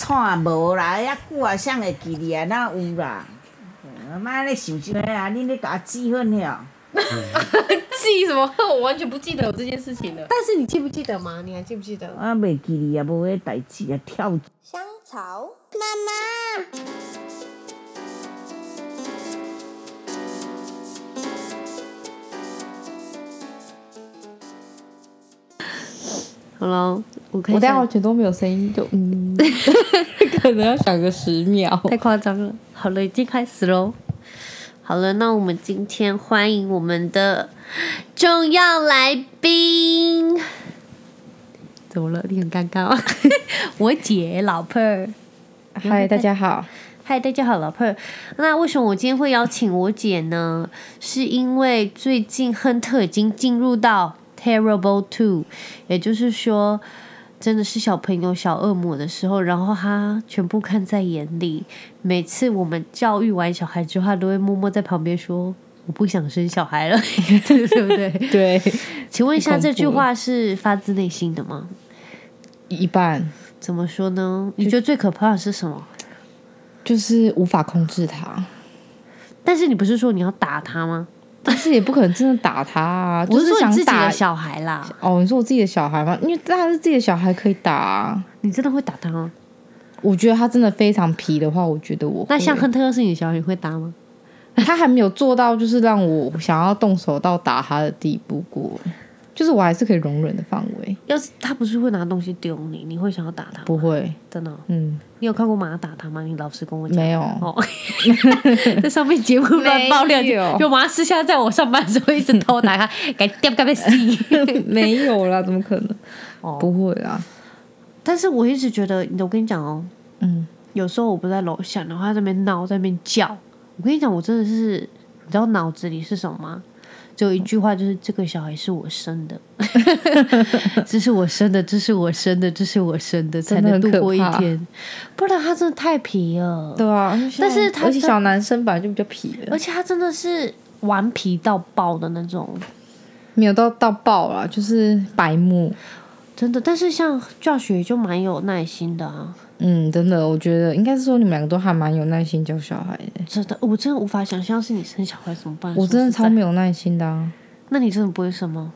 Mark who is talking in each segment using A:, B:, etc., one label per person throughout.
A: 创无啦，遐久啊，谁会记哩啊？哪有啦？妈安尼想一下啊，恁咧甲我记恨了。
B: 记什么？我完全不记得有这件事情了。
C: 但是你记不记得吗？你还记不记得？
A: 我袂记哩啊，无迄代志啊，跳
D: 香草妈妈，
B: 好了，我看
E: 我
B: 一
E: 待
B: 下
E: 好久都没有声音，就嗯，可能要想个十秒。
B: 太夸张了。好了，已经开始喽。好了，那我们今天欢迎我们的重要来宾。怎么了？你很尴尬、哦。 我姐老婆儿，
E: 嗨，大家好，
B: 嗨，大家好，老婆儿。那为什么我今天会邀请我姐呢？是因为最近亨特已经进入到 Terrible Two，也就是说，真的是小朋友、小恶魔的时候，然后他全部看在眼里。每次我们教育完小孩之后，他都会默默在旁边说：“我不想生小孩了， 对不 对
E: 对，？”
B: 请问一下，
E: 太恐怖
B: 这
E: 了
B: 句话是发自内心的吗？
E: 一半
B: 怎么说呢？你觉得最可怕的是什么？
E: 就是无法控制他，
B: 但是你不是说你要打他吗？
E: 但是也不可能真的打 他啊，就
B: 我是说
E: 想
B: 你自己
E: 打
B: 的小孩啦，
E: 哦，你说我自己的小孩吗？因为他是自己的小孩，可以打、啊。
B: 你真的会打他吗？
E: 我觉得他真的非常皮的话，我觉得我会
B: 那像亨特是你的小孩，你会打吗？
E: 他还没有做到，就是让我想要动手到打他的地步过，就是我还是可以容忍的范围，
B: 要是他不是会拿东西丢你，你会想要打他吗？
E: 不会，
B: 真的哦、
E: 嗯，
B: 你有看过马打他吗？你老实跟我讲。
E: 没有
B: 哦， 在上面节目乱爆料
E: 没有
B: 就，就马私下在我上班的时候一直偷 打他，该掉该被死。
E: 没有啦，怎么可能？
B: 哦
E: 不会啦，
B: 但是我一直觉得，我跟你讲哦，
E: 嗯，
B: 有时候我不在楼下，然后他在那边闹，在那边叫。我跟你讲，我真的是，你知道脑子里是什么吗？只有一句话，就是这个小孩是我生 的，这是我生的，这是我生的，这是我生的，才
E: 真的
B: 能
E: 很
B: 度
E: 可
B: 过一
E: 怕
B: 天。不然他真的太皮了，
E: 对啊，
B: 但是他
E: 而且小男生本来就比较皮的
B: 而，且他真的是顽皮到爆的那种，
E: 没有到到爆啦，就是白目，
B: 真的。但是像教学就蛮有耐心的啊，
E: 嗯，真的，我觉得应该是说你们两个都还蛮有耐心教小孩的，
B: 真的，我真的无法想象是你生小孩怎么办。
E: 我真的
B: 说
E: 超
B: 实在
E: 没有耐心的啊，
B: 那你真的不会生吗？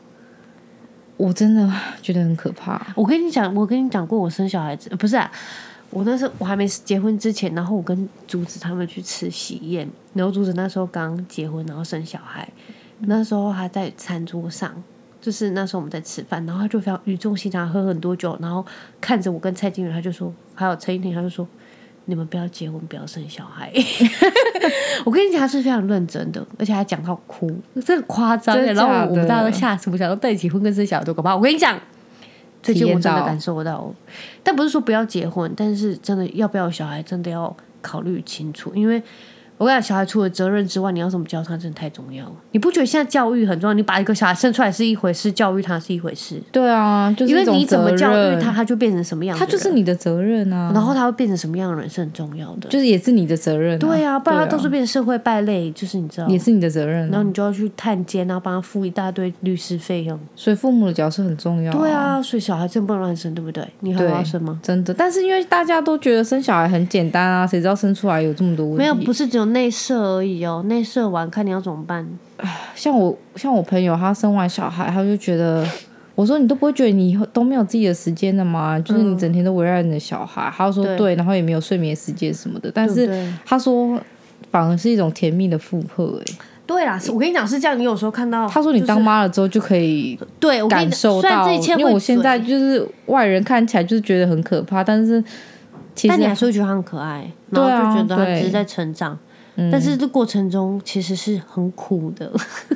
E: 我真的觉得很可怕，
B: 我跟你讲，我跟你讲过，我生小孩子呃不是啊、我那时候我还没结婚之前，然后我跟竹子他们去吃喜宴，然后竹子那时候刚结婚，然后生小孩，那时候还在餐桌上，就是那时候我们在吃饭，然后他就非常语重心长，喝很多酒，然后看着我跟蔡金元，他就说，还有陈依婷，他就说。你们不要结婚，不要生小 孩。 我跟你讲，他是非常认真的，而且还讲到哭，这很夸张、欸。
E: 真的
B: 然后
E: 假的
B: 我们大家都吓死，我想要在一起婚跟生小孩多可怕。我跟你讲，最近我真
E: 体验
B: 的
E: 到
B: 感受到，但不是说不要结婚，但是真的要不要有小孩，真的要考虑清楚，因为。我跟你讲，小孩除了责任之外，你要怎么教他，真的太重要了。你不觉得现在教育很重要？你把一个小孩生出来是一回事，教育他是一回事，
E: 对啊，就是
B: 因为
E: 一种
B: 你怎么
E: 责
B: 教育
E: 任
B: 他，他就变成什么样的
E: 他
B: 人。
E: 就是你的责任啊，
B: 然后他会变成什么样的人是很重要的。
E: 就是也是你的责任、啊，
B: 对啊，不然他到
E: 对
B: 时候变成社会败类，就是你知道，
E: 也是你的责任、
B: 然
E: 啊
B: 后，你就要去探监，然后帮他付一大堆律师费用。
E: 所以父母的角色很重要、
B: 对，啊，所以小孩真不能乱生，对不对？你还
E: 对
B: 要生吗？
E: 真的。但是因为大家都觉得生小孩很简单啊，谁知道生出来有这么多问题？
B: 没有，不是只有内射而已哦，内射完看你要怎么办。
E: 像我像我朋友，他生完小孩，他就觉得。我说你都不会觉得你以后都没有自己的时间的吗？就是你整天都围绕你的小孩。他说
B: 嗯对
E: 对，然后也没有睡眠时间什么的。但
B: 对
E: 是
B: 不对
E: 他说，反而是一种甜蜜的负荷、欸。
B: 对啦，是我跟你讲是这样，你有时候看到
E: 他说你当妈了之后就可以
B: 对，我跟你
E: 感
B: 讲
E: 受
B: 虽然
E: 到，
B: 这一切
E: 因
B: 会
E: 为我现在
B: 嘴，
E: 就是外人看起来就是觉得很可怕，但是其实
B: 但你还是会觉得他很可爱，然后
E: 对啊
B: 就觉得他只是
E: 对嗯
B: 在成长。但是这过程中其实是很苦的，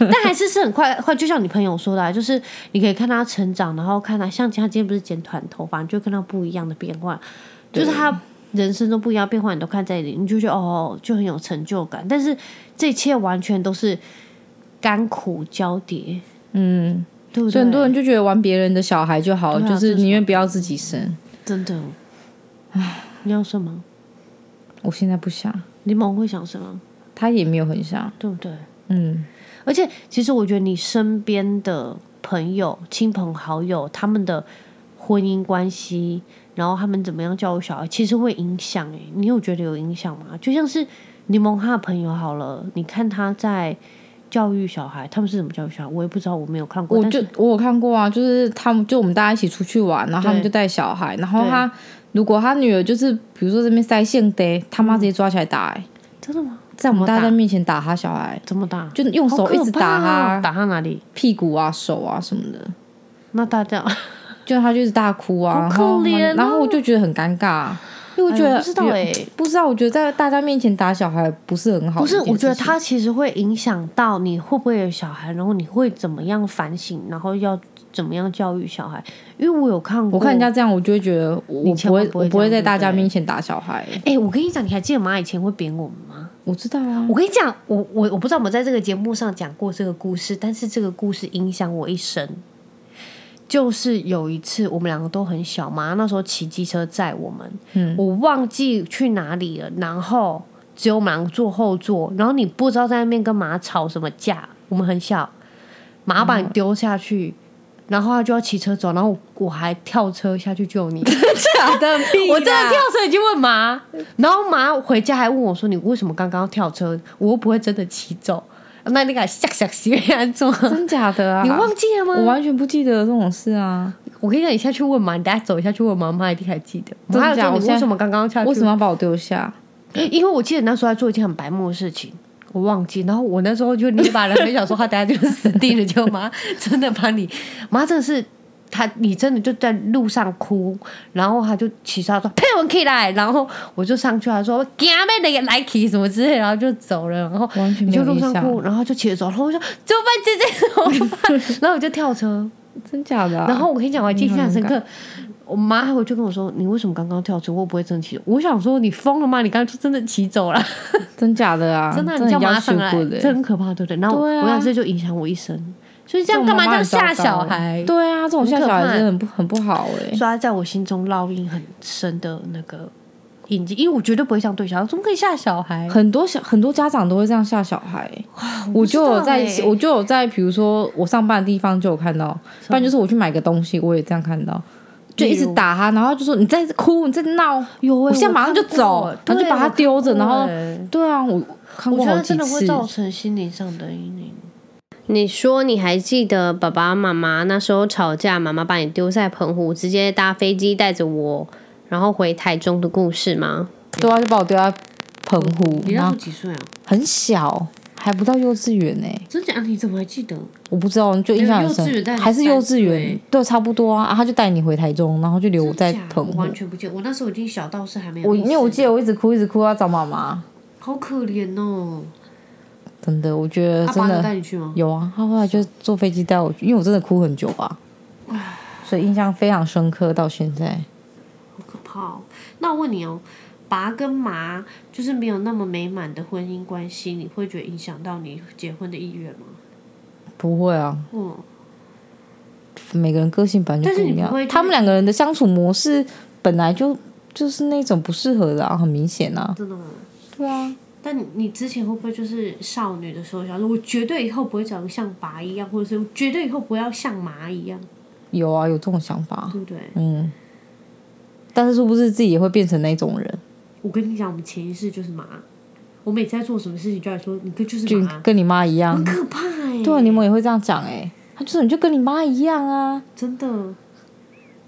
B: 但还是是很快快，就像你朋友说的、啊，就是你可以看他成长，然后看他像他今天不是剪短头发，你就看到不一样的变化，就是他人生都不一样变化，你都看在眼里，你就觉得哦，就很有成就感。但是这一切完全都是甘苦交叠，
E: 嗯，
B: 对不对？
E: 所以很多人就觉得玩别人的小孩就好，
B: 对啊
E: 就是宁愿不要自己生。
B: 真的，你要什么？
E: 我现在不想，
B: 柠檬会想什么？
E: 他也没有很想，
B: 对不对？
E: 嗯，
B: 而且，其实我觉得你身边的朋友、亲朋好友，他们的婚姻关系，然后他们怎么样教育小孩，其实会影响诶、你有觉得有影响吗？就像是柠檬他的朋友好了，你看他在教育小孩，他们是怎么教育小孩，我也不知道，我没有看过。
E: 我
B: 但
E: 就是我有看过啊，就是他们就我们大家一起出去玩，然后他们
B: 对
E: 就带小孩，然后他如果他女儿就是比如说这边塞线逮，他妈直
B: 嗯
E: 接抓起来打、欸，
B: 真的吗？
E: 在我们大家面前打他小孩，
B: 怎么打？
E: 就用
B: 好
E: 手
B: 可
E: 一直
B: 怕
E: 打他
B: 哦打他哪里？
E: 屁股啊、手啊什么的，
B: 那大家，
E: 就他就是大哭啊，然
B: 好可
E: 后他
B: 怜哦
E: 然后我就觉得很尴尬，因为我觉
B: 哎
E: 得
B: 我不知道哎
E: 不知道，我觉得在大家面前打小孩不是很好
B: 不
E: 的一
B: 是，
E: 件事情，
B: 我觉得他其实会影响到你会不会有小孩，然后你会怎么样反省，然后要怎么样教育小孩。因为我有看过，
E: 我看人家这样，我就会觉得我
B: 你
E: 不
B: 千
E: 会
B: 万，不会
E: 我不会
B: 这
E: 在
B: 样
E: 大家
B: 对不对
E: 面前打小孩、欸
B: 哎、我跟你讲，你还记得我妈以前会扁我们吗？
E: 我知道啊
B: 我，跟你讲，我我我不知道我们在这个节目上讲过这个故事，但是这个故事影响我一生。就是有一次，我们两个都很小嘛，那时候骑机车载我们，
E: 嗯
B: 我忘记去哪里了，然后只有我们两个坐后座，然后你不知道在那边跟马吵什么架，我们很小，马把你丢下去，然后他就要骑车走，然后我我还跳车下去救你。
E: 假的屁 啦，
B: 我真的跳车已经问妈，然后妈回家还问我说：“你为什么刚刚跳车？我又不会真的骑走。”那你敢吓吓死人怎 么？
E: 真假的啊？
B: 你忘记了吗？
E: 我完全不记得这种事啊！
B: 我跟你讲，你下去问妈，你等下走下去问妈，妈一定还记得。
E: 真的
B: 妈有
E: 假的
B: 说
E: 我现
B: 你
E: 在
B: 为什么刚刚下去？
E: 为什么要把我 丢下？
B: 因为我记得那时候在做一件很白目的事情，我忘记。然后我那时候就捏把人，很想说他等下就死定了，就妈真的把你妈真的是他，你真的就在路上哭，然后他就起身说佩文起来，然后我就上去，他说惊妹的来起什么之类，然后就走了，然后
E: 完全
B: 你
E: 没有
B: 就路上
E: 印象
B: 哭，然后就起着走，然后我就怎么办？姐姐怎么办？然后我就 跳车，
E: 真假的啊、
B: 然后我跟你讲，我还印象很深
E: 你
B: 刻。我妈还回去跟我说：“你为什么刚刚跳车？会不会真的骑走？”我想说：“你疯了吗？你刚刚就真的骑走了，
E: 真假的啊，
B: 真的
E: 真
B: 你叫妈
E: 要
B: 上
E: 求
B: 来，
E: 过
B: 这
E: 的。
B: 很可怕，对不对？”然后我
E: 对啊
B: 我想这就影响我一生，所以这样
E: 我
B: 干嘛
E: 妈
B: 这
E: 妈
B: 样
E: 很糟
B: 吓
E: 糕
B: 小
E: 欸
B: 孩？
E: 对啊，这种吓
B: 很可
E: 小孩真
B: 怕
E: 的很不很不好哎、
B: 所以她在我心中烙印很深的那个印记，因为我绝对不会这样对小孩，怎么可以吓小孩？
E: 很多小很多家长都会这样吓小孩欸、
B: 不
E: 我
B: 知
E: 就有
B: 道
E: 在
B: 欸
E: 我就有在，比如说我上班的地方就有看到，不然就是我去买个东西，我也这样看到，就一直
B: 例如
E: 打他，然后就说你在哭，你在闹，
B: 有欸，
E: 我现在马上就
B: 看
E: 走
B: 过
E: 然后就
B: 对
E: 把它
B: 我看
E: 丢着然
B: 过
E: 后
B: 欸
E: 对啊，我看
B: 我
E: 过
B: 觉
E: 好
B: 得
E: 几
B: 真的会
E: 次，
B: 造成心理上的阴影。
F: 你说你还记得爸爸妈妈那时候吵架，妈妈把你丢在澎湖，直接搭飞机带着我，然后回台中的故事吗？
E: 对啊，就把我丢在澎湖，
B: 你那
E: 然
B: 时
E: 后
B: 候几岁啊？
E: 很小，还不到幼稚园呢、
B: 真假的？你怎么还记得？
E: 我不知道，就印象很
B: 没有幼稚园带
E: 深，
B: 你
E: 还是幼稚
B: 三
E: 园
B: 岁，
E: 对，差不多啊。啊他就带你回台中，然后就留我在
B: 真假
E: 澎
B: 我
E: 湖。
B: 完全不记得。我那时候已经小到是还没有
E: 我
B: 意识
E: 因为我记得我一直哭，一直哭要找妈妈，
B: 好可怜哦。
E: 真的，我觉得
B: 阿
E: 真
B: 爸有带
E: 的
B: 你去吗？
E: 有啊。他后来就坐飞机带我去，因为我真的哭很久吧，所以印象非常深刻到现在。
B: 好可怕哦。那我问你哦，拔跟麻就是没有那么美满的婚姻关系，你会觉得影响到你结婚的意愿吗？
E: 不会啊，
B: 嗯，
E: 每个人个性本来
B: 但
E: 就是不一
B: 你不
E: 样
B: 会，就是
E: 他们两个人的相处模式本来就就是那种不适合的啊，很明显啊。
B: 真的吗？
E: 对啊，
B: 但你你之前会不会就是少女的时候想说，我绝对以后不会长得像拔一样，或者是我绝对以后不要像麻一样，
E: 有啊，有这种想法
B: 对，不对？
E: 嗯。但是殊不知自己也会变成那种人，
B: 我跟你讲，我们潜意识就是麻。我每次在做什么事情，就来说你哥就是
E: 就
B: 麻，
E: 跟你妈一样
B: 很。可怕哎、
E: 对啊，柠檬也会这样讲哎、欸，他就说你就跟你妈一样啊，
B: 真的，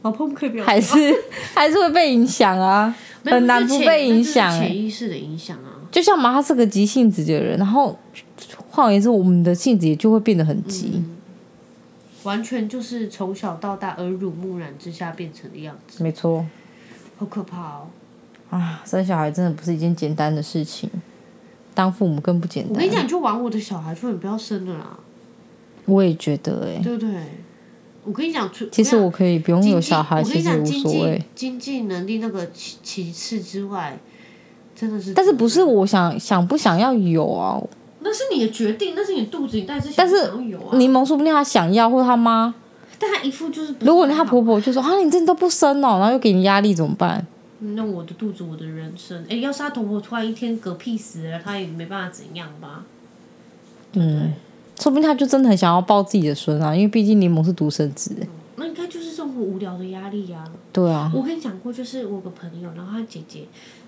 B: 老婆不可以不要
E: 还是 还是会被影响啊，
B: 没有
E: 很难
B: 就是
E: 不
B: 潜
E: 被影响
B: 那就是
E: 哎、
B: 潜意识的影响啊。
E: 就像妈，她是个急性子的人，然后换言之，我们的性子也就会变得很急。
B: 嗯完全就是从小到大耳濡目染之下变成的样子，
E: 没错
B: 好可怕哦！
E: 啊，生小孩真的不是一件简单的事情，当父母更不简
B: 我
E: 单
B: 跟你。讲，你就玩我的小孩，说你不要生了啦，
E: 我也觉得哎、
B: 对不对？我跟你讲，除
E: 其实我可以不用
B: 经
E: 有
B: 济
E: 小孩，
B: 我跟
E: 其
B: 你
E: 实
B: 讲
E: 无
B: 经
E: 所谓
B: 济。经济能力那个其其次之外，真的是，
E: 但是不是我想想不想要有啊？
B: 那是你的决定，那是你的肚子，你带这些，
E: 但是
B: 有啊，
E: 柠檬说不定她想要，或者她妈
B: 但他一副就是不是很好，
E: 如果她婆婆就说啊，你真的都不生哦，然后又给你压力怎么办？
B: 那我的肚子，我的人生，哎，要是他婆婆突然一天嗝屁死了，他也没办法怎样吧？
E: 说不定她就真的很想要抱自己的孙啊，因为毕竟柠檬是独生子。
B: 那应该就是这种很无聊的压力呀、
E: 对啊，
B: 我跟你讲过，就是我有个朋友，然后她姐姐，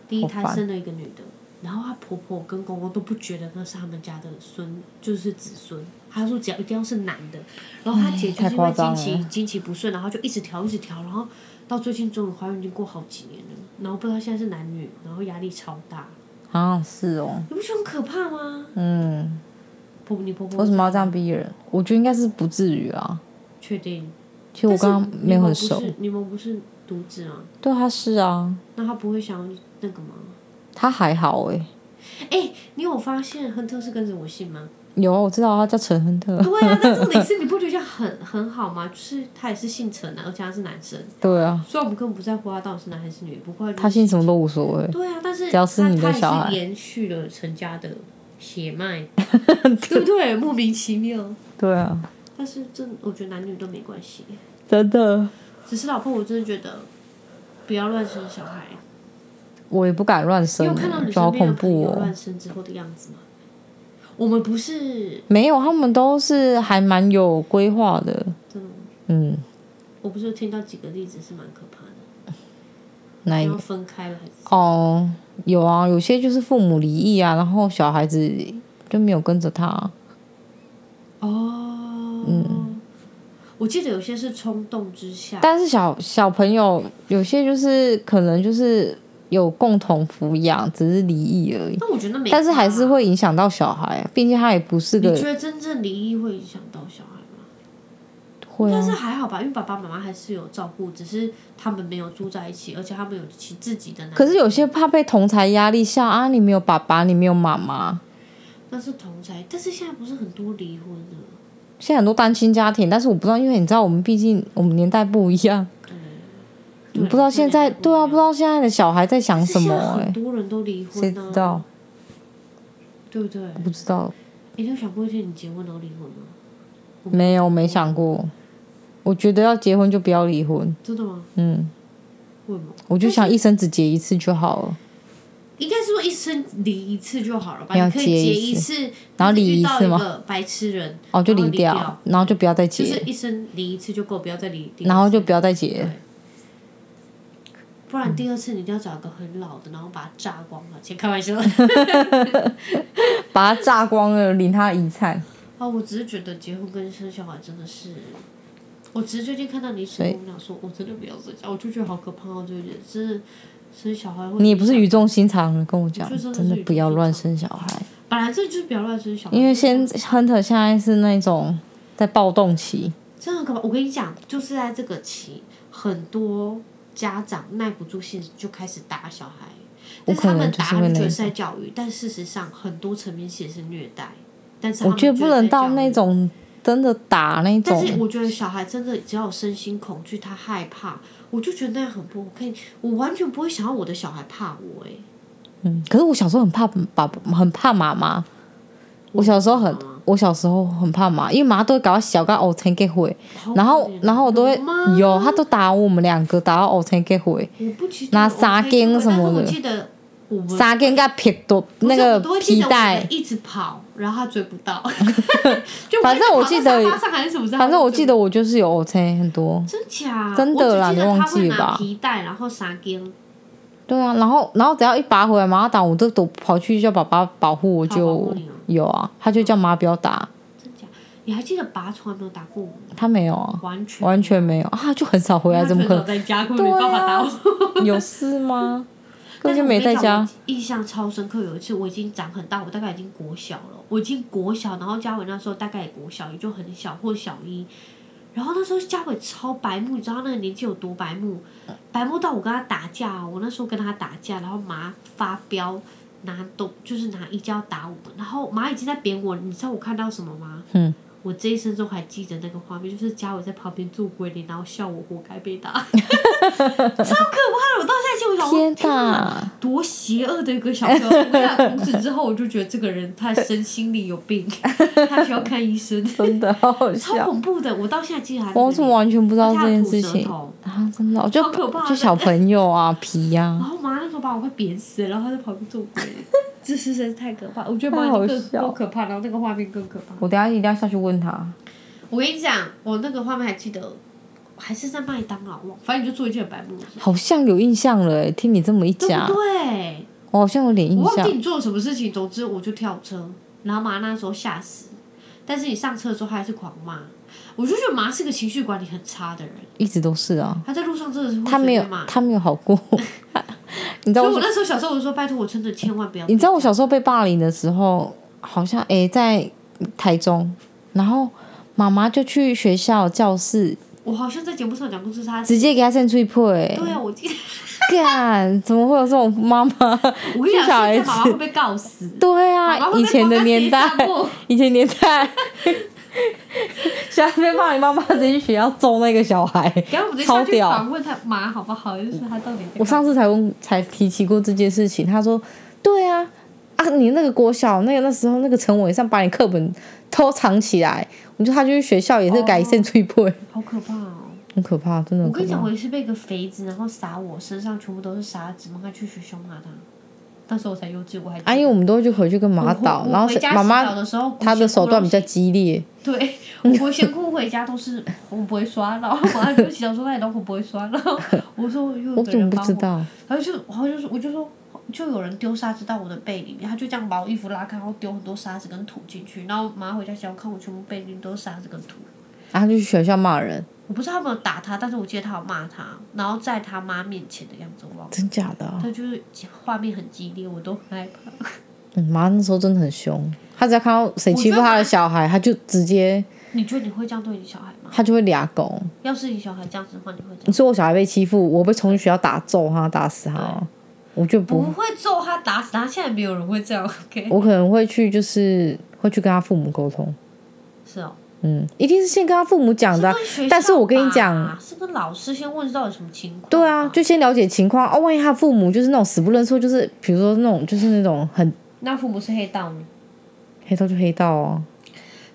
B: 第一
E: 好
B: 胎
E: 烦
B: 生了一个女的，然后她婆婆跟公公都不觉得那是他们家的孙，就是子孙。她说只要一定要是男的，然后她姐就是
E: 哎
B: 因
E: 太
B: 为
E: 夸
B: 经
E: 张
B: 期
E: 了
B: 经期不顺，然后就一直调一直调，然后到最近终于怀孕已经过好几年了，然后不知道现在是男女，然后压力超大，
E: 啊是哦，
B: 你不觉得很可怕吗？
E: 嗯，
B: 婆你婆婆
E: 为什么要这样逼人？我觉得应该是不至于啊。
B: 确定？
E: 其实我刚刚没有很熟
B: 但，是你们不是你们不是独子啊？
E: 对他是啊，
B: 那她不会想要那个吗？
E: 他还好哎、
B: 哎、你有发现亨特是跟着我姓吗？
E: 有啊，我知道他叫陈 亨特，
B: 对啊，但重点是你不觉得这样很很好吗？就是他也是姓陈啊，而且他是男生，
E: 对啊，
B: 虽然我们根本不在乎他到底是男还是女，不过就是
E: 他姓什么都无所谓，
B: 对啊，但是
E: 只要是你的
B: 他他也
E: 小孩
B: 是延续了陈家的血脉，对不对？莫名其妙。
E: 对啊，
B: 但是这我觉得男女都没关系，
E: 真的，
B: 只是老婆，我真的觉得不要乱生小孩。
E: 我也不敢乱
B: 你
E: 生
B: 有看到
E: 欸，
B: 你
E: 就好
B: 身边的
E: 恐
B: 朋
E: 怖
B: 友
E: 哦、
B: 乱生之后的样子吗？我们不是
E: 没有，他们都是还蛮有规划的，
B: 真的吗，
E: 嗯，
B: 我不是有听到几个例子是蛮可怕的，
E: 那一
B: 然后分开了还是
E: 哦，有啊，有些就是父母离异啊，然后小孩子就没有跟着他、
B: 哦，嗯，我记得有些是冲动之下，
E: 但是小小朋友有些就是可能就是有共同抚养，只是离异而已，
B: 但我觉得没，啊
E: 但是还是。会影响到小孩、啊，毕竟他也不是
B: 你
E: 个
B: 觉得真正离异会影响到小孩吗？
E: 会
B: 但是
E: 啊，
B: 还好吧，因为爸爸妈妈还是有照顾，只是他们没有住在一起，而且他们有其自己的男。
E: 可是有些怕被同才压力下啊，你没有爸爸，你没有妈妈，
B: 那是同才，但是现在不是很多离婚了，
E: 现在很多单亲家庭，但是我不知道，因为你知道我们毕竟我们年代不一样，你
B: 对
E: 不知道现在对啊，不知道现在的小孩在想什
B: 是现
E: 么
B: 在
E: 哎、
B: 很多人都离婚、啊，
E: 谁知道？
B: 对不对？
E: 不知道，
B: 你有想过一天你结婚然后离婚吗？
E: 没有没想过。我觉得要结婚就不要离婚，
B: 真的吗？
E: 嗯，
B: 为什么？
E: 我就想一生只结一次就好了。
B: 应该是说一生离一次就好了吧？
E: 要
B: 你可以
E: 结
B: 结
E: 一
B: 次，
E: 然后
B: 但是
E: 离
B: 遇
E: 一
B: 到
E: 次
B: 一
E: 吗
B: 个白痴人
E: 哦，就
B: 然后
E: 离
B: 离掉，
E: 掉，然后就不要再结，
B: 就是一生离一次就够，不要再离第二次。
E: 然后就不要再结。
B: 不然第二次你一定要找一个很老的，然后把它炸光嘛。先开玩笑。
E: 把它榨光了，领他遗产。
B: 啊，我只是觉得结婚跟生小孩真的是，我只是最近看到你
E: 所
B: 跟
E: 以
B: 我讲说，我真的不要生小孩，我就觉得好可怕，哦我就觉得真的生小孩会。
E: 你也不是语重心长的跟我讲
B: 就，真的是
E: 真的不要乱
B: 语重
E: 生小孩，
B: 本来这就是不要乱生小孩，
E: 因为现 Hunter 现在是那种在暴动期，
B: 真的很可怕。我跟你讲，就是在这个期，很多家长耐不住性子就开始打小孩，但是
E: 可
B: 他
E: 能
B: 们
E: 就是
B: 打
E: 会
B: 他们觉
E: 那
B: 得
E: 一
B: 是在教育，但事实上很多层面其实是虐待。但是他
E: 我
B: 们
E: 觉得不能
B: 在
E: 到
B: 教育
E: 那种真的打那
B: 但是
E: 种。
B: 我觉得小孩真的只要有身心恐惧，他害怕，我就觉得那样很不 OK。我完全不会想要我的小孩怕我哎、
E: 嗯，可是我小时候很怕爸，很怕妈妈。我小时候很，我小时候很怕妈，因为妈都会搞到小到呕成给毁，
B: 哦
E: 然后然后我都会
B: 妈
E: 有，她都打我们两个，打到呕成给毁，
B: 我不记得
E: 拿
B: 我
E: 纱
B: 可以
E: 巾
B: 做
E: 什么
B: 但是我
E: 的
B: 记得我们
E: 撒给人家撇多
B: 不
E: 那
B: 是
E: 个
B: 我都会记
E: 皮
B: 得我
E: 带
B: 们。一直跑，然后他追不 到，就
E: 反正我记得
B: 他上还是什么，
E: 反正我记
B: 得
E: 得我就是有 O C 很多，
B: 真假
E: 真的啦
B: 我只记
E: 你
B: 得他
E: 忘
B: 会
E: 记
B: 拿
E: 吧
B: 皮带，然后纱巾，
E: 对啊，然后然后只要一拔回来，妈打我都都跑去叫爸爸保护我
B: 他
E: 就
B: 保护你哦
E: 有啊，他就叫妈不要打，
B: 真假？你还记得拔从来没有打过我们，
E: 他没有啊，
B: 完全
E: 完全没有啊，他就很少回来，
B: 他
E: 怎么啊
B: 全
E: 可
B: 都在家根本没办法打我。
E: 能有事吗？根
B: 但
E: 本
B: 是
E: 就
B: 我
E: 没
B: 跟
E: 在
B: 你讲
E: 家，。
B: 我印象超深刻，有一次我已经长很大，我大概已经国小了，我已经国小，然后嘉伟那时候大概也国小，也就很小或小一。然后那时候嘉伟超白目，你知道他那个年纪有多白目？白目到我跟他打架哦，我那时候跟他打架，然后妈发飙，拿东就是拿衣架要打我们，然后妈已经在扁我，你知道我看到什么吗？
E: 嗯。
B: 我这一生中还记得那个画面，就是嘉伟在旁边做鬼脸，然后笑我活该被打，超 可怕的！我到现在心里想说，
E: 天
B: 哪！
E: 哪！
B: 多邪恶的一个小 朋友。我跟你讲从此之后我就觉得这个人他身心里有 病，他需要看医 生，
E: 真的好好
B: 超
E: 笑，
B: 恐怖啊的。我到现在记得还在那里。
E: 我怎么完全不知道这件事
B: 而且他吐舌
E: 情
B: 头
E: 啊？真的哦，就
B: 好可怕
E: 就小朋友啊， 皮
B: 然
E: 呀，
B: 后我妈那时候把我快扁死了，然后她在旁边做鬼， 这实在是太可怕。我觉得
E: 太
B: 妈
E: 好
B: 你更
E: 笑
B: 更可怕，然后那个画面更可怕。
E: 我等一下一定要下去问他。
B: 我跟你讲，我那个画面还记得，还是在麦当劳忘，反正你就做一件白目的事，
E: 好像有印象了、欸，听你这么一
B: 对
E: 讲
B: 不，对？
E: 我好像有点印
B: 我忘
E: 象
B: 记。你做了什么事情，总之我就跳车，然后妈那时候吓死，但是你上车的时候她还是狂骂，我就觉得妈是个情绪管理很差的人，
E: 一直都是啊，
B: 她在路上真的是会
E: 他
B: 随
E: 没有
B: 便骂，
E: 他没有好 过。你知道
B: 所以我
E: 我
B: 那时候小时候我就说拜托我真的千万不要，
E: 你知道我小时候被霸凌的时候，好像诶、在台中，然后妈妈就去学校教室
B: 我好像在节目上讲过是她，
E: 直接给他扇脆破诶，
B: 对啊，我记得
E: 干啊怎么会有这种妈妈？
B: 我跟你
E: 这小
B: 讲，
E: 孩
B: 现在妈妈会
E: 子，
B: 被告死，
E: 对啊
B: 妈妈，会
E: 以
B: 被
E: 前的年代
B: 光在街上 过，
E: 以前年代，小孩被骂，你妈妈直接去学校揍那个小孩
B: 然后我们就，
E: 超
B: 下去
E: 屌。
B: 访问她妈好不好，就是她到底在
E: 我上次才问，才提起过这件事情，他说：“对啊，啊，你那个国小那个那时候那个陈伟上把你课本偷藏起来，我就他就去学校也是改线吹破，
B: 好可怕哦。
E: 很可怕，真的
B: 我
E: 很可
B: 跟你讲，
E: 怕
B: 我。也是被一个肥子，然后撒我身上全部都是沙子，妈妈去学校骂他。那时候我才幼稚，我还
E: 啊，因为我们都会去回去跟妈妈
B: 我
E: 打，
B: 回
E: 然后
B: 我回家
E: 妈
B: 洗澡的
E: 妈
B: 时候
E: 她的手段比较激烈，
B: 对，我国贤哭回家都是我不会刷，然后妈妈就洗澡说那你老我不会刷，然后我说又
E: 我
B: 有
E: 怎
B: 人
E: 么不
B: 帮
E: 知道？
B: 然后就然后就是我就说就有人丢沙子到我的背里面，他就这样把我衣服拉开，然后丢很多沙子跟土进去，然后妈妈回家洗澡看我全部背里面都是沙子跟土。
E: 啊，她就去学校骂人，
B: 我不知道他有没有打他，但是我记得他有骂他，然后在他妈面前的样子，我忘了。
E: 真假的、啊？
B: 他就是画面很激烈，我都很害怕。
E: 嗯，妈那时候真的很凶，她只要看到谁欺负她的小孩，她就直接
B: 你觉得你会这样对你小孩吗？
E: 她就会俩狗。
B: 要是你小孩这样子的话，你会这
E: 你
B: 样？
E: 说我小孩被欺负，我被冲进学校打揍他，打死他，我就不
B: 不会揍他、打死他，现在没有人会这样。OK，
E: 我可能会去，就是会去跟他父母沟通。
B: 是哦，
E: 嗯，一定是先跟他父母讲的啊
B: 是跟学校。
E: 但是我跟你
B: 吧
E: 讲，，
B: 是跟老师先问到底什么情况吧。
E: 对啊，就先了解情况。哦，万一他父母就是那种死不认错，就是比如说那种就是那种很
B: 那父母是黑道呢？
E: 黑道就黑道哦。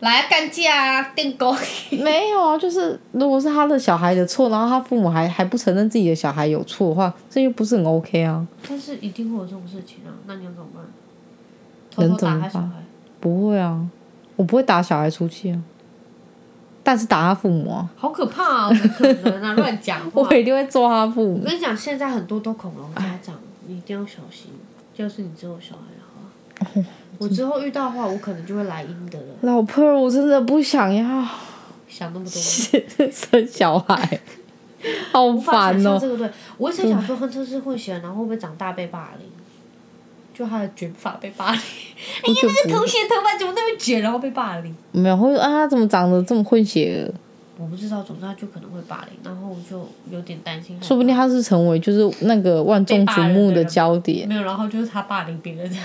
B: 来啊干架啊，电工。
E: 没有啊，就是如果是他的小孩的错，然后他父母还还不承认自己的小孩有错的话，这就不是很 OK 啊。
B: 但是一定会有这种事情啊，那你要怎么办？偷
E: 能
B: 偷
E: 怎
B: 打他
E: 么办
B: 小孩？
E: 不会啊，我不会打小孩出去啊，但是打他父母啊，
B: 好可怕啊！怎么可能啊？乱讲 话
E: 我。一定会揍他父母
B: 我。跟你讲，现在很多都恐龙家长，你一定要小心。要是你之后有小孩的话，我之后遇到的话，我可能就会来阴的了。
E: 老婆，我真的不想要
B: 想那么多，
E: 生小孩，好
B: 无法想
E: 烦
B: 象
E: 哦、
B: 这个对。我一直想说，亨特是混血儿，然后会不会长大被霸凌？就他的卷发被 霸凌，哎呀，那个同学头发怎么那么卷，然后被霸凌？
E: 没有，会说啊，他怎么长得这么混血儿？
B: 我不知道，总之他就可能会霸凌，然后我就有点担心。
E: 说不定他是成为就是那个万众瞩目的焦点。
B: 没有，然后就是他霸凌别 人这样。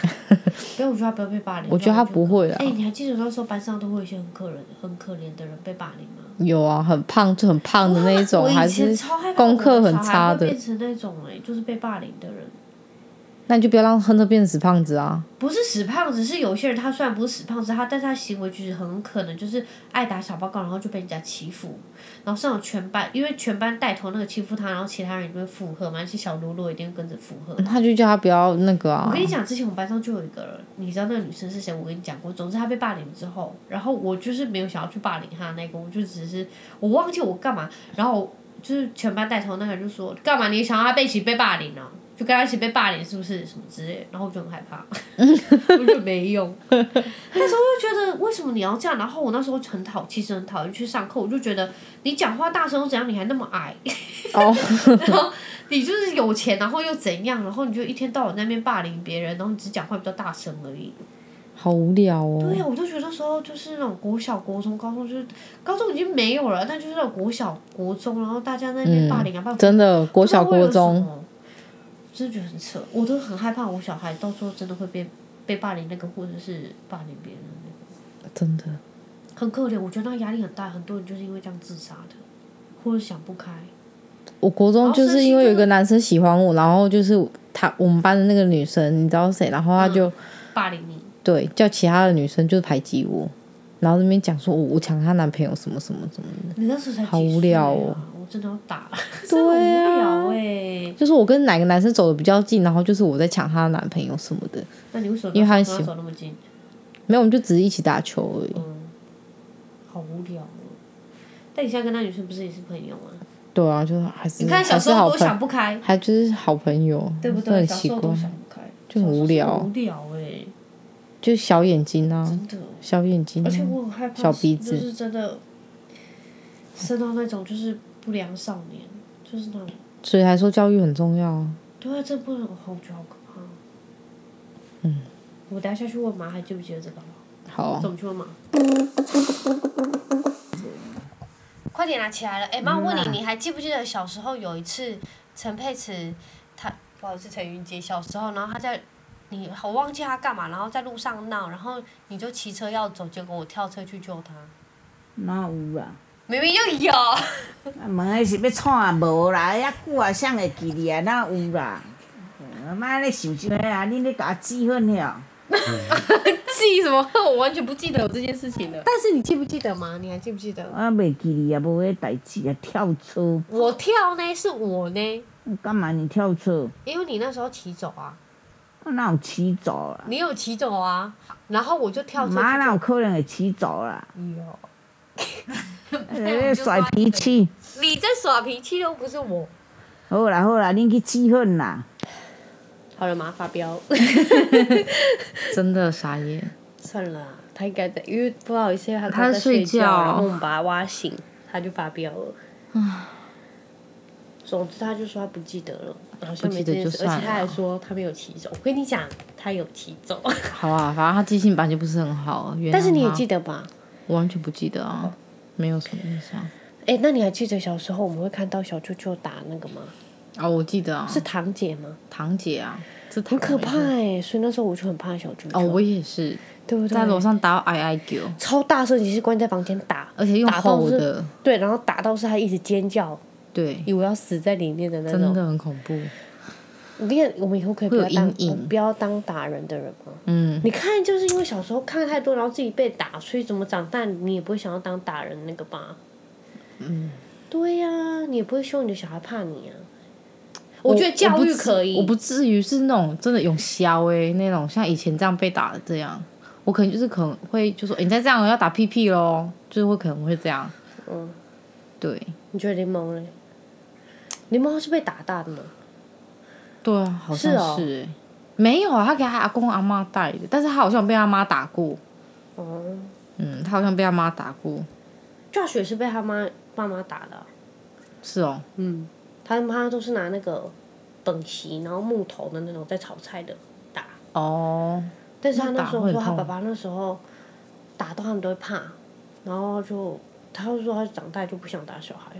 B: 不要，我觉得他不要被霸凌。
E: 我觉得他不会啊啦
B: 哎、你还记得那时候班上都会有一些很可人、很可怜的人被霸凌吗？
E: 有啊，很胖就很胖的那一种，
B: 我
E: 还
B: 以
E: 是
B: 前超害怕我
E: 功课
B: 的
E: 很
B: 小孩
E: 差
B: 会
E: 的
B: 变，成那种哎、就是被霸凌的人。
E: 那你就不要让亨特变成死胖子啊！
B: 不是死胖子，是有些人他虽然不是死胖子，他但是他行为举止很可能就是爱打小报告，然后就被人家欺负，然后上有全班，因为全班带头那个欺负他，然后其他人就会附和嘛，那些小喽啰一定会跟着附和。
E: 他就叫他不要那个啊
B: 我跟，你讲，之前我们班上就有一个人，你知道那个女生是谁？我跟你讲过。总之她被霸凌之后，然后我就是没有想要去霸凌她那个，我就只是我忘记我干嘛，然后就是全班带头那个人就说干嘛？你想要她被一起被霸凌啊？就跟她一起被霸凌是不是什么之类的？然后我就很害 怕，我就没用。但是我就觉得为什么你要这样？然后我那时候很讨，其实很讨厌去上课，我就觉得你讲话大声又怎样？你还那么矮，
E: 哦，
B: 你就是有钱，然后又怎样？然后你就一天到晚在那边霸凌别人，然后你只讲话比较大声而已。
E: 好无聊哦。
B: 对呀、啊我就觉得那时候就是那种国小、国中、高中，就是高中已经没有了，但就是那种国小、国中，然后大家在那边霸凌啊，霸凌
E: 嗯真的，国
B: 不知道
E: 小
B: 为
E: 国
B: 了什
E: 中，
B: 么，真的觉得很扯。我都很害怕我小孩到时候真的会被被霸凌那个，或者是霸凌别人那个，
E: 真的
B: 很可怜。我觉得那压力很大，很多人就是因为这样自杀的，或者想不开。
E: 我国中就是因为有一个男生喜欢我，然后就是他我们班的那个女生，你知道谁？然后他就、
G: 嗯
B: 霸凌你，
E: 对叫其他的女生就是排挤我，然后那边讲说我我抢她男朋友什么什么什么的，
B: 你那时候才、啊、
E: 嗯好无聊哦！
B: 我真的要打，真的很
E: 对
B: 无
E: 啊
B: 聊
G: 欸
B: 哎、
E: 就是我跟哪个男生走的比较近，然后就是我在抢她的男朋友什么的，
B: 那你为什么
E: 因为他很
B: 跟
E: 喜
B: 走那么近？
E: 没有，我们就只是一起打球而已。
B: 嗯，好无聊哦。但你现在跟那女生不是也是朋友吗？
E: 对啊，就是还是
G: 你看小时候多想不开，
E: 还就是好朋友，
G: 对不
E: 很
G: 对？小
E: 奇
G: 时候
E: 怪，
G: 多想不开，
E: 就很无聊
G: 小时候是无聊哎，
E: 就小眼睛啊，
G: 真的。
E: 小眼睛、
G: 而
E: 啊，
G: 且我很害怕，
E: 小鼻子
G: 就是真的生到那种就是不良少年，就是那种，
E: 所以还说教育很重要啊。
G: 对啊，这不能，我觉得好可怕。嗯，
E: 嗯
G: 我等一下去问妈还记不记得这个好不
E: 好
H: 啊
E: 啊
G: 好，怎，么去问妈？
B: 快点拿起来了！哎、
H: 嗯啊
B: 妈，我问你，你还记不记得小时候有一次陈佩慈，她不好意思，陈云杰小时候，然后她在你我忘记她干嘛，然后在路上闹，然后你就骑车要走，结果我跳车去救她，
A: 哪有啊？
B: 明明就有，
A: 啊，问伊是要创也无啦，遐久啊，谁会记哩啊？哪有啦？啊，妈咧想啥啊？恁咧甲我记恨了？
H: 记什么？我完全不记得有这件事情 了。
I: 但是你
H: 记不记得吗？你还记不记得？
A: 我袂记哩啊，无迄代志啊，跳车，
H: 我跳呢，是我呢，
A: 干嘛你跳车？
H: 因为你那时候骑走啊，
A: 我哪有骑走啦？
H: 你有骑走啊，然后我就跳车去
A: 妈哪有可能会骑走啦？
B: 哦
H: 哟
A: 咧哎甩脾气。
H: 你在耍脾气又不是我。
A: 好啦好啦，恁去记恨啦。
B: 好了吗？发 飙，
E: 真的傻眼。
B: 算了，他应该在，因为不好意思，他
E: 她在睡觉
B: 然后我们把他挖醒，他就发飙 了。总之，他就说他不记得了，然后下面这件
E: 不记
B: 事，
E: 得就算
B: 而
E: 了
B: 且他还说他没有骑 走。我跟你讲，他有骑走，
E: 好啊，反正他记性本来就不是很好，原谅
B: 但是你也
E: 他
B: 记，得哦吧？
E: 我完全不记得啊，没有什么印象。
B: 哎、那你还记得小时候我们会看到小舅舅打那个吗？
E: 哦，我记得啊，
B: 是堂姐吗？
E: 堂姐啊，这
B: 很可怕哎、所以那时候我就很怕小舅舅，
E: 哦，我也是
B: 对不对？
E: 在楼上打到 I I Q，
B: 超大声，你是关在房间打，
E: 而且用
B: 打到
E: 吼
B: 是
E: 的，
B: 对，然后打到是他一直尖叫，
E: 对，
B: 以为要死在里面的那种。
E: 真的很恐怖。
B: 我跟你看，我们以后可以不要
E: 会有
B: 当
E: 阴影
B: 不要当打人的人吗？
E: 嗯，
B: 你看，就是因为小时候看太多，然后自己被打，所以怎么长大你也不会想要当打人那个吧？嗯，对呀、你也不会凶你的小孩怕你啊。我觉得教育可以，
E: 我不至于是那种真的有削哎那种，像以前这样被打的这样，我可能就是可能会就说、欸你再这样我要打屁屁喽，就是会可能会这样。
B: 嗯，
E: 对，
B: 你觉得柠檬嘞？柠檬是被打大的吗？
E: 对啊，好像
B: 是哦
E: 是哎、没有啊，他给他阿公阿妈带的，但是他好像被他妈打过，
B: 哦，
E: 嗯，他好像被他妈打过，
B: 教学是被他妈爸妈打的啊、
E: 是哦，
B: 嗯，他妈都是拿那个本席，然后木头的那种在炒菜的打。
E: 哦，
B: 但是他那时候
E: 那打会很
B: 说他
E: 痛
B: 爸爸那时候打到他们都会怕，然后就他就说他长大就不想打小孩，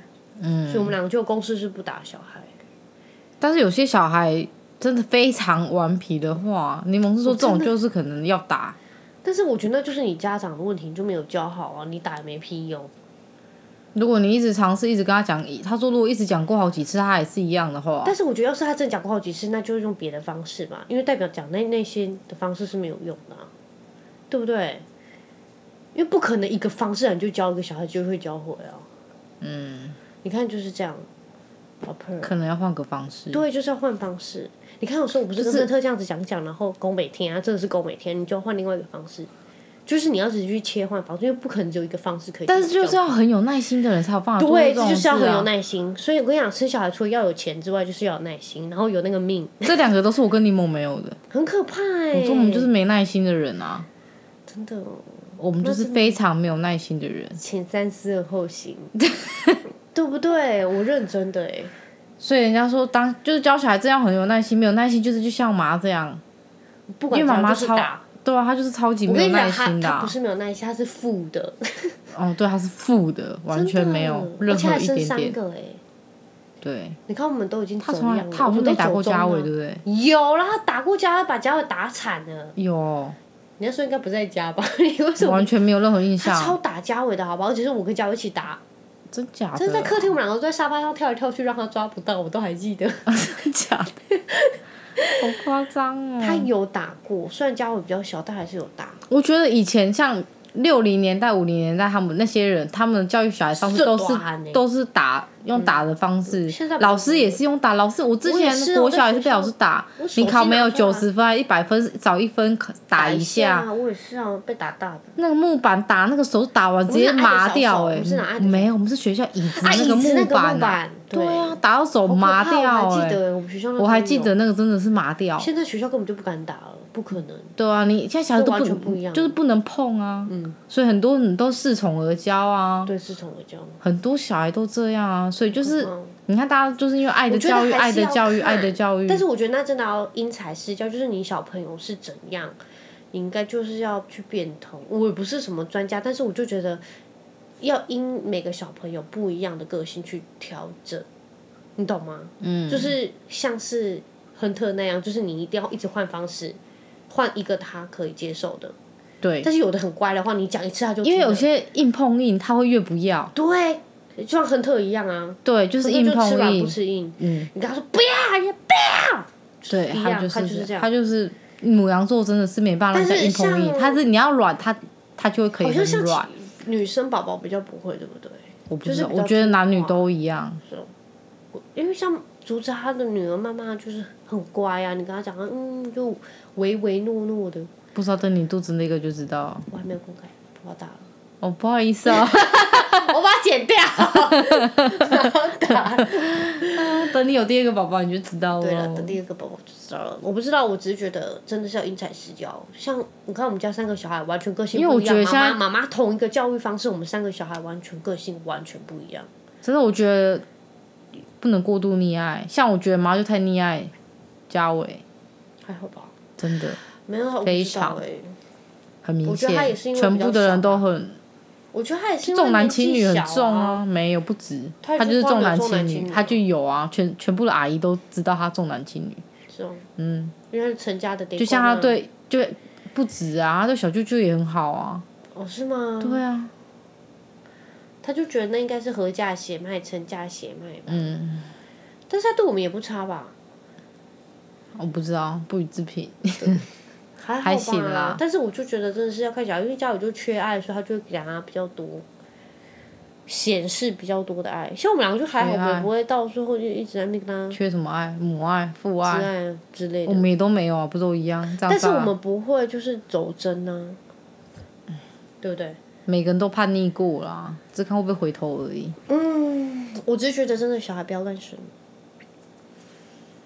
B: 所以我
E: 嗯，
B: 们两个就有共识是不打小孩。
E: 但是有些小孩真的非常顽皮的话，柠檬是说这种就是可能要打，
B: 但是我觉得那就是你家长的问题，你就没有教好啊，你打也没屁用。
E: 如果你一直尝试，一直跟他讲，他说如果一直讲过好几次，他还是一样的话，
B: 但是我觉得要是他真的讲过好几次，那就用别的方式吧，因为代表讲那那些的方式是没有用的、啊，对不对？因为不可能一个方式你就教一个小孩就会教会啊。
E: 嗯，
B: 你看就是这样，老婆儿。
E: 可能要换个方式。
B: 对，就是要换方式。你看，有时候我不是跟
E: 就是
B: 亨特这样子讲讲，然后宫每天啊，真的是宫每天，你就换另外一个方式，就是你要只去切换方式，因为不可能只有一个方式可以教。
E: 但是就是要很有耐心的人才有办法做
B: 对，
E: 这
B: 这
E: 种
B: 就是
E: 事
B: 要很有
E: 啊。
B: 耐心。所以我跟你讲，生小孩除了要有钱之外，就是要有耐心，然后有那个命，
E: 这两个都是我跟柠檬没有 的，
B: 很可怕哎、
E: 我说我们就是没耐心的人啊，
B: 真的，哦
E: 我们就是非常没有耐心的人。
B: 请三思而后 行，对不对？我认真的哎、
E: 所以人家说当就是教小孩这样很有耐心，没有耐心就是就像妈这样，
B: 不
E: 因
B: 管
E: 为
B: 怎
E: 妈妈
B: 样就是
E: 超
B: 打。
E: 对啊，她就是超级
B: 我
E: 没
B: 跟
E: 有
B: 你讲，
E: 耐
B: 他
E: 心的
B: 他
E: 啊、
B: 不是没有耐心，他是负的，
E: 哦，对，她是负的，完全没有
B: 而
E: 任
B: 且
E: 何
B: 还
E: 一
B: 生
E: 点
B: 三
E: 点。
B: 个哎、
E: 对，
B: 你看我们都已经
E: 她
B: 走
E: 从来
B: 样了，
E: 她好
B: 我
E: 像
B: 们
E: 被
B: 都
E: 打过
B: 走中
E: 家
B: 了
E: 伟，对不对？
B: 有啦，他打过家，他把家伟打惨了。
E: 有，
B: 你那时候应该不在家吧？你为什么
E: 完全没有任何印
B: 他超
E: 象，
B: 打家伟的好不好？而且是我跟家伟一起
E: 啊
B: 打，
E: 真假的？
B: 但是在 客厅我们两个都在沙发上跳来跳去，让他抓不到，我都还记得。哎
E: 真假的，好夸张哦！
B: 他有打过，虽然家伟比较小，但还是有打。
E: 我觉得以前像六零年代、五零年代，他们那些人，他们教育小孩方式
B: 是
E: 都
B: 大汉欸嗯
E: 是都是打用打的方式，
B: 现在不
E: 老师也是用打。老师，我之
B: 我也是啊
E: 前国
B: 我在
E: 小也是
B: 学
E: 被
B: 校
E: 老师打
B: 我，手
E: 你
B: 机
E: 考没
B: 拿
E: 有
B: 出来
E: 九十分还一百分，少一分可打一下。
B: 我也是啊，被打大的。
E: 那个木板打那个手打完直接麻掉哎、
B: 我们是拿爱的小手我们是拿爱的小手
E: 没有，我们是学校椅子
B: 啊，椅
E: 个
B: 子那个
E: 板、
B: 木板，
E: 对啊，，打到手
B: 好可
E: 麻
B: 怕
E: 掉
B: 我还
E: 哎、
B: 记得我们学校那时候
E: 我还记
B: 有
E: 得那个真的是麻掉。
B: 现在学校根本就不敢打了，不可能。
E: 对啊，你现在小孩
B: 这
E: 都
B: 完
E: 不
B: 全
E: 能
B: 不一样嗯
E: 就是不能碰啊。所以很多人都恃宠而骄啊。
B: 对，是从而教。
E: 很多小孩都这样啊，所以就是
B: 嗯
E: 你看，大家就是因为爱的
B: 觉得
E: 教育，
B: 还
E: 爱
B: 是
E: 的
B: 要
E: 教育，
B: 看
E: 爱的教育。
B: 但是我觉得那真的要因材施教，就是你小朋友是怎样，你应该就是要去变通。我也不是什么专家，但是我就觉得要因每个小朋友不一样的个性去调整，你懂吗？嗯，就是像是亨特那样，就是你一定要一直换方式，换一个他可以接受的。
E: 对，
B: 但是有的很乖的话，你讲一次他就
E: 因为
B: 听
E: 有
B: 了
E: 些硬碰硬，他会越不要。
B: 对，就像亨特一样啊，
E: 对，就是硬
B: 就吃
E: 碰
B: 软不
E: 硬。
B: 吃硬。
E: 嗯，
B: 你跟他说不要，也不要。
E: 对，
B: 一
E: 他
B: 样他就是
E: 是
B: 这样
E: 他就是母羊座，真的是没办法让人
B: 但
E: 家
B: 是
E: 硬碰硬。
B: 像
E: 他是你要软，他他就会可以
B: 好像
E: 很
B: 像
E: 软。
B: 其女生宝宝比较不会，对不对？
E: 我不
B: 就是
E: 知道，
B: 比较啊
E: 我觉得
B: 听
E: 男女
B: 话
E: 都一样。
B: 因为像竹子她的女儿妈妈就是很乖啊，你跟她讲，嗯，就唯唯诺诺的。
E: 不知道等你肚子那个就知道。
B: 我还没有公开，不要打了，
E: 哦，不好意 思啊，
B: 我把它剪掉。然后打。
E: 等你有第二个宝宝你就知道了。
B: 对了，等第二个宝宝就知道了。我不知道，我只是觉得真的是要因材施教。像你看我们家三个小孩完全个性
E: 因为
B: 不
E: 我
B: 一样，
E: 觉得现在
B: 妈妈妈妈同一个教育方式，我们三个小孩完全个性完全不一样。
E: 真的，我觉得不能过度溺爱。像我觉得妈就太溺爱嘉伟，
B: 还好吧，
E: 真的
B: 没有，我不
E: 非
B: 知道
E: 常
B: 哎、
E: 很明
B: 我觉得她也
E: 显，
B: 是因为
E: 全
B: 比较
E: 部的人
B: 小
E: 都
B: 啊
E: 很
B: 我觉得他也是因为
E: 重男
B: 年纪
E: 轻女很
B: 小
E: 重
B: 啊。
E: 没有不止，
B: 他
E: 他
B: 就
E: 就是
B: 光
E: 重
B: 有
E: 男
B: 重
E: 轻
B: 男轻
E: 女，
B: 女
E: 他
B: 啊
E: 就有啊，全全部的阿姨都知道他重男轻女，
B: 是哦
E: 嗯，
B: 因为陈家的，就
E: 就像他，对就不止啊，他对小舅舅也很好啊，
B: 哦是吗？
E: 对啊，
B: 他就觉得那应该是何家的血脉、陈家的血脉吧。
E: 嗯，
B: 但是他对我们也不差吧，
E: 我不知道，不予置评，
B: 还好吧
E: 还行啦
B: 但是我就觉得真的是要看小孩，因为家里就缺爱，所以他就会给他比较多。显示比较多的爱，像我们两个就还好，
E: 缺
B: 我
E: 爱
B: 们也不会到最后就一直在那边跟他
E: 缺什么爱，母爱、父
B: 之
E: 爱，
B: 爱啊之类
E: 嗯我
B: 的。
E: 们也都没有啊，不都一样？这样
B: 但是
E: 算
B: 我
E: 啊
B: 们不会就是走针呢、对不对？
E: 每个人都叛逆过啦，只看会不会回头而已。
B: 嗯，我只是觉得真的小孩不要乱生，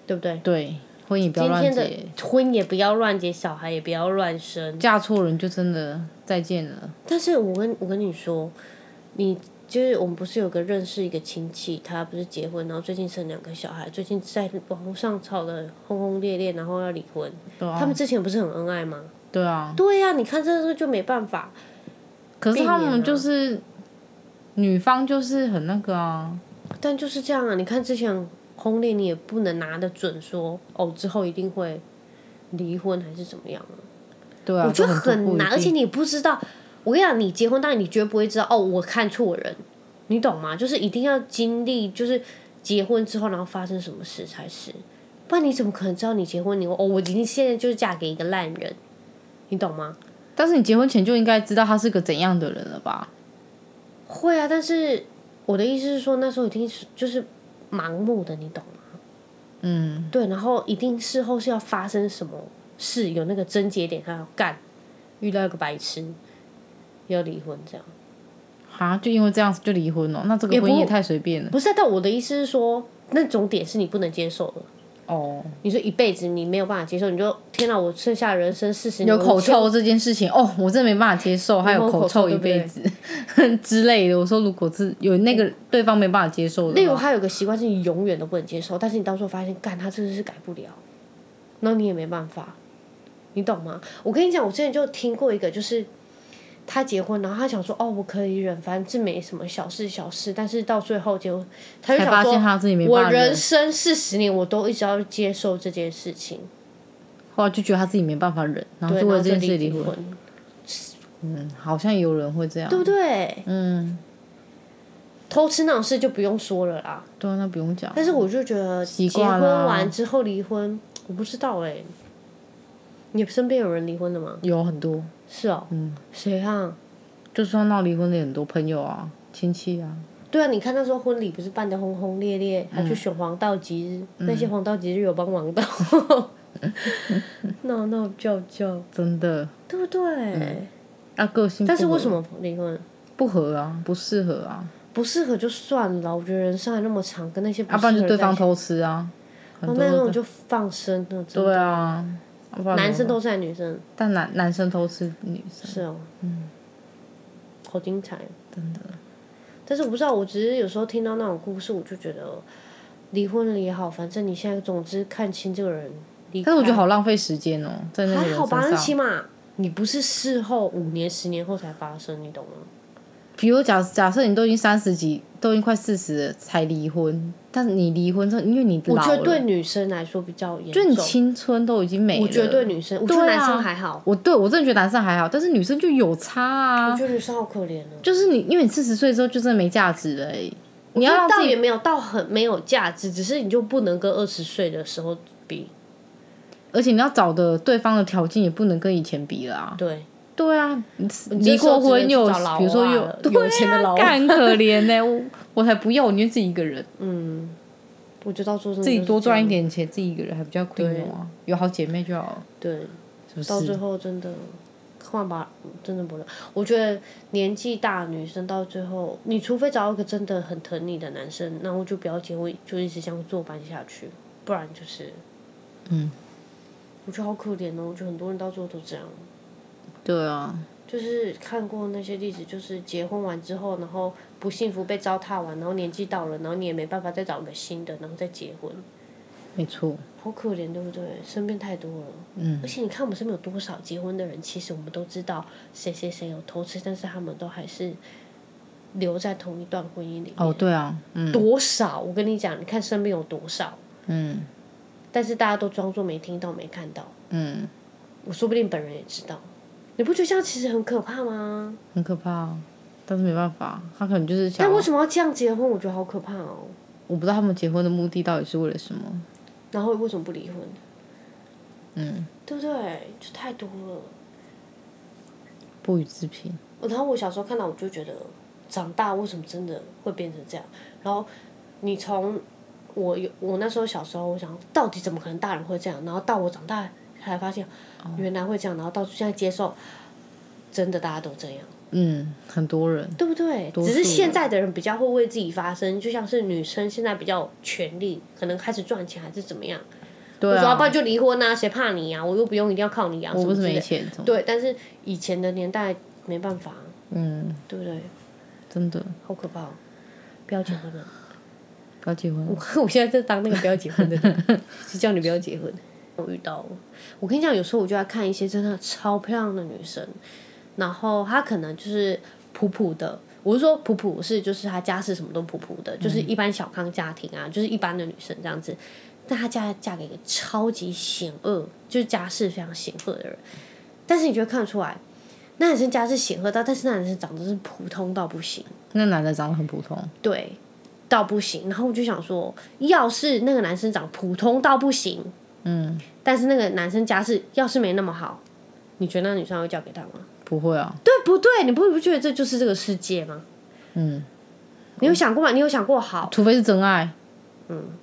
B: 对不对？
E: 对，婚姻不要
B: 今
E: 乱
B: 天
E: 结，
B: 的婚也不要乱结，小孩也不要乱生。
E: 嫁错人就真的再见了。
B: 但是我跟我跟你说，你就是我们不是有个认识一个亲戚，他不是结婚，然后最近生两个小孩，最近在网络上吵得轰轰烈烈，然后要离婚。
E: 对啊，
B: 他们之前不是很恩爱吗？
E: 对啊，
B: 对呀、你看这个就没办法，
E: 可是
B: 避
E: 他
B: 免
E: 们
B: 啊
E: 就是女方就是很那个啊，
B: 但就是这样啊。你看之前轰烈，你也不能拿得准说哦，之后一定会离婚还是怎么样啊？
E: 对啊，
B: 我觉得
E: 就很多
B: 很难，
E: 不
B: 而
E: 一
B: 且
E: 定
B: 你不知道。我跟你讲，你结婚，当然你绝对不会知道哦，我看错人，你懂吗？就是一定要经历，就是结婚之后，然后发生什么事才是，不然你怎么可能知道你结婚你哦，我已经现在就是嫁给一个烂人，你懂吗？
E: 但是你结婚前就应该知道他是个怎样的人了吧？
B: 会啊，但是我的意思是说，那时候一定是就是盲目的，你懂吗？
E: 嗯，
B: 对，然后一定事后是要发生什么事，有那个症结点，他要干，遇到一个白痴，要离婚这样。
E: 哈，就因为这样子就离婚了，哦那这个
B: 也
E: 婚姻
B: 不
E: 也太随便了
B: 不是啊，但我的意思是说，那种点是你不能接受的。
E: 哦。
B: 你说一辈子你没有办法接受，你就天哪！我剩下人生四十年，
E: 有口
B: 我千万
E: 臭这件事情哦，我真的没办法接受，还有
B: 有口
E: 口臭
B: 臭对
E: 一
B: 不对
E: 辈子 之类的。我说如果是有那个对方没办法接受的话，
B: 例如他有个习惯是你永远都不能接受，但是你到时候发现，干他真的是改不了，那你也没办法，你懂吗？我跟你讲，我之前就听过一个，就是他结婚，然后他想说，哦，我可以忍，反正这没什么小事小事，但是到最后结婚，他就
E: 才
B: 想
E: 发
B: 说
E: 现他自己没
B: 我
E: 办法忍
B: 人生四十年我都一直要接受这件事情，
E: 后来就觉得他自己没办法忍，然后
B: 对，然
E: 就
B: 后
E: 为了这
B: 就
E: 件事
B: 离
E: 离婚。
B: 婚，
E: 嗯，好像有人会这样，
B: 对不对？
E: 嗯，
B: 偷吃那种事就不用说了啦。
E: 对啊，那不用讲。
B: 但是我就觉得
E: 习
B: 结
E: 惯啊
B: 婚
E: 啦
B: 完之后离婚，我不知道哎、你身边有人离婚的吗？
E: 有很多，
B: 是哦，嗯，谁啊？
E: 就算闹离婚的也很多朋友啊、亲戚啊，
B: 对啊，你看那时候婚礼不是办的轰轰烈
E: 嗯
B: 烈，还去选黄道吉日，那些黄道吉日有帮忙 到闹闹叫叫，
E: 真的
B: 对不对？
E: 啊，个性不合。
B: 但是为什么离婚？
E: 不合啊？不适合啊？
B: 不适合就算了，我觉得人生还那么长，跟那些不
E: 要
B: 适
E: 啊不
B: 合
E: 然就
B: 的
E: 对方
B: 在一起
E: 偷吃啊。很
B: 哦
E: 多
B: 那种
E: 的
B: 就放生了，真的
E: 对啊，要不然
B: 男
E: 怎
B: 生
E: 么办
B: 都是爱女生，
E: 但男男生偷吃女生，
B: 是哦，嗯，好精彩。哦
E: 真的
B: 但是我不知道，我只是有时候听到那种故事，我就觉得离婚了也好，反正你现在总之看清这个人。离
E: 但是我觉得
B: 开
E: 好浪费时间哦，在那个
B: 还
E: 人
B: 好吧，那
E: 身
B: 起
E: 上。
B: 码你不是事后五年、十年后才发生，你懂吗？
E: 比如假假设你都已经三十几，都已经快四十了才离婚，但是你离婚之后，因为你
B: 我
E: 老
B: 觉得对
E: 了，
B: 女生来说比较严
E: 就你
B: 重，
E: 青春都已经没了。
B: 我觉得对女生，我觉得
E: 对啊
B: 男生还好，
E: 我对我真的觉得男生还好，但是女生就有差
B: 我
E: 啊
B: 觉，得女生好可怜哦。
E: 就是你因为你四十岁之后就真的没价值了、欸，你要让
B: 倒
E: 自
B: 也
E: 己
B: 没有到很没有价值，只是你就不能跟二十岁的时候比。
E: 而且你要找的对方的条件也不能跟以前比了啊。
B: 对，
E: 对啊，你离过婚又
B: 嗯你这时候只能去找老啊
E: 比如说又
B: 了
E: 对啊
B: 有钱的老啊
E: 干可怜呢、我我才不要，我宁愿自己一个人，
B: 嗯我觉得到最后真的
E: 自己
B: 就是
E: 多
B: 这样
E: 赚一。点钱，自己一个人还比较亏我啊，有好姐妹就好了，
B: 对，
E: 是不是？
B: 到最后真的，换吧，真的不能。我觉得年纪大的女生到最后，你除非找到一个真的很疼你的男生，然后就不要结婚，就一直相作伴下去，不然就是，嗯，我觉得好可怜哦。我觉得很多人到最后都这样，
E: 对啊，
B: 就是看过那些例子，就是结婚完之后，然后不幸福被糟蹋完，然后年纪到了，然后你也没办法再找个新的，然后再结婚。
E: 没错，
B: 好可怜，对不对？身边太多了，嗯，而且你看我们身边有多少结婚的人，其实我们都知道谁谁谁有偷吃，但是他们都还是留在同一段婚姻里面。
E: 哦，对啊，嗯
B: 多少？我跟你讲，你看身边有多少，
E: 嗯
B: 但是大家都装作没听到、没看到。
E: 嗯，
B: 我说不定本人也知道，你不觉得这样其实很可怕吗？
E: 很可怕、啊，但是没办法，啊他可能就是想
B: 但，为什么要这样结婚？我觉得好可怕哦。
E: 我不知道他们结婚的目的到底是为了什么，
B: 然后为什么不离婚？
E: 嗯，
B: 对不对？就太多了。
E: 不予置评。
B: 然后我小时候看到，我就觉得长大为什么真的会变成这样？然后你从我有我那时候小时候，我想到底怎么可能大人会这样？然后到我长大才发现
E: 哦
B: 原来会这样，然后到现在接受，真的大家都这样，
E: 嗯，很多人
B: 对不对？
E: 数
B: 只是现在的人比较会为自己发声，就像是女生现在比较有权利，可能开始赚钱还是怎么样，
E: 对
B: 主要
E: 啊
B: 不，然就离婚啊，谁怕你啊？我又不用一定要靠你养、啊，
E: 我不
B: 什
E: 是
B: 么之类
E: 没钱，怎么
B: 对，但是以前的年代没办法，啊
E: 嗯，
B: 对不对？
E: 真的
B: 好可怕、哦！不要结婚了！
E: 不要结婚了，
B: 我现在在当那个不要结婚的人， 是叫你不要结婚。我遇到，我跟你讲，有时候我就要看一些真的超漂亮的女生，然后她可能就是普普的。我是说普普是就是她家世什么都普普的，就是一般小康家庭啊，就是一般的女生这样子。但她嫁嫁给一个超级险恶，就是家世非常显赫的人，但是你就会看得出来，那男生家世显赫到，但是那男生长得是普通到不行。
E: 那男的长得很普通，
B: 对，到不行。然后我就想说，要是那个男生长普通到不行，
E: 嗯，
B: 但是那个男生家世要是没那么好，你觉得那女生会嫁给他吗？
E: 不会啊，
B: 对不对？你不不觉得这就是这个世界吗？
E: 嗯，
B: 你有想过吗？你有想过好？
E: 除非是真爱，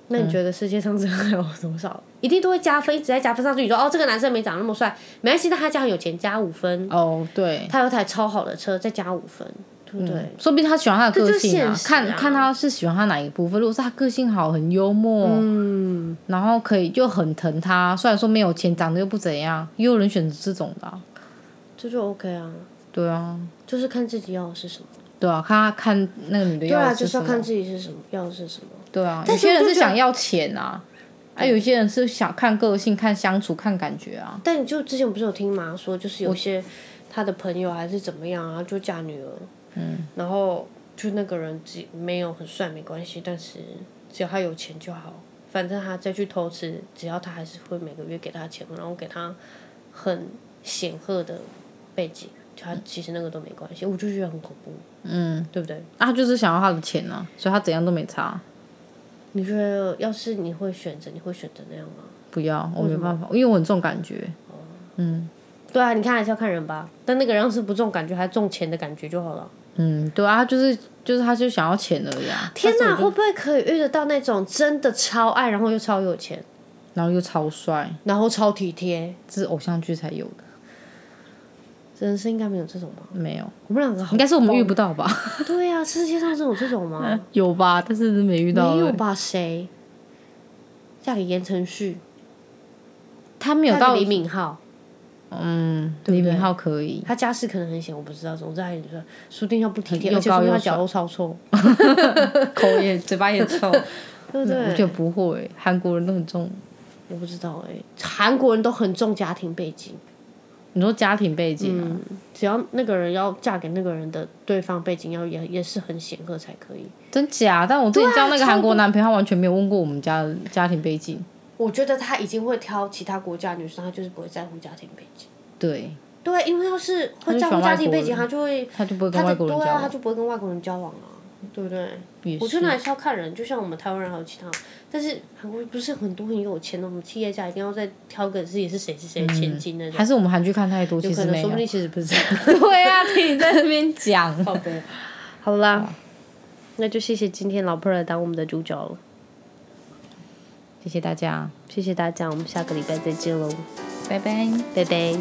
B: 那你觉得世界上真的有多少？一定都会加分，一直在加分上去。你说哦，这个男生没长那么帅，没关系，但他家很有钱，加五分。
E: 哦，对，
B: 他有台超好的车，再加五分，对不对？
E: 说不定他喜欢他的
B: 这
E: 个
B: 就是
E: 性啊，
B: 现实
E: 看
B: 啊
E: 看他是喜欢他哪一个部分。如果是他个性好，很幽默，嗯，然后可以就很疼他，虽然说没有钱，长得又不怎样，也有人选择这种的啊、
B: 这就 OK 啊，
E: 对啊，
B: 就是看自己要的是什么。
E: 对啊，看他看那个女的
B: 对
E: 要
B: 啊，
E: 的
B: 就是
E: 什
B: 要
E: 么，
B: 看自己是什么，要的是什么。
E: 对啊，有
B: 但是我
E: 些人
B: 就是觉得
E: 想要钱啊，啊，有些人是想看个性、看相处、看感觉啊，
B: 但你就之前不是有听妈说，就是有些她的朋友还是怎么样啊，然后就嫁女儿，嗯，然后就那个人自己没有很帅没关系，但是只要他有钱就好，反正他再去偷吃，只要他还是会每个月给他钱，然后给他很显赫的背景，他其实那个都没关系，我就觉得很恐怖，
E: 嗯，
B: 对不对？
E: 啊，他就是想要他的钱啊，所以他怎样都没差。
B: 你觉得要是你会选择，你会选择那样吗？
E: 不要，我没办法，
B: 嗯
E: 因为我很重感觉，
B: 对啊，你看还是要看人吧，但那个人要是不中感觉，还中钱的感觉就好了。
E: 嗯，对啊，他就是就是他就想要钱而已啊，
B: 天哪，会不会可以遇得到那种真的超爱，然后又超有钱，
E: 然后又超帅，
B: 然后超体贴？
E: 这是偶像剧才有的，
B: 人生应该没有这种吧？
E: 没有，
B: 我们两个好
E: 应该是我们遇不到吧？
B: 对呀、世界上真有这种吗？
E: 有吧，但是没遇到，
B: 没有？吧？谁嫁给言承旭？
E: 他没有
B: 嫁
E: 到
B: 给李敏镐？
E: 嗯，李敏镐 可以，
B: 他家世可能很显，我不知道。总之他很帅，说不定他不体贴，
E: 嗯又
B: 而且说不
E: 高又
B: 定他脚
E: 帅
B: 都超臭，
E: 口也嘴巴也 臭，
B: 对不
E: 嗯我
B: 对？
E: 觉得不会，韩国人都很重。
B: 我不知道哎、韩国人都很重家庭背景，
E: 你说家庭背景
B: 嗯
E: 啊，
B: 只要那个人要嫁给那个人的对方背景要也也是很显赫才可以。
E: 真假？但我之前
B: 啊
E: 交那个韩国男朋友，他完全没有问过我们家的家庭背景。
B: 我觉得他已经会挑其他国家的女生，他就是不会在乎家庭背景。
E: 对，
B: 对，因为要是会在
E: 他就喜
B: 乎
E: 欢
B: 家庭
E: 外国
B: 背景，
E: 人
B: 他就会
E: 他就不会
B: 他
E: 跟外
B: 就
E: 国人
B: 对
E: 交
B: 啊，他
E: 往。
B: 就不会跟外国人交往啊，对不对？
E: 也
B: 我
E: 是
B: 觉得还是要看人，就像我们台湾人还有其他，但是韩国不是很多很有钱的，我们企业家一定要再挑个自己是谁是谁千金那种，
E: 还是我们韩剧看太多，其
B: 有可
E: 实
B: 能
E: 没
B: 说
E: 有
B: 不。定其实不是这啊样。
E: 对啊，听你在那边讲，
B: 好啦，那就谢谢今天老婆来当我们的主角了，
E: 谢谢大家，
B: 谢谢大家，我们下个礼拜再见喽，
E: 拜拜。
B: 拜拜。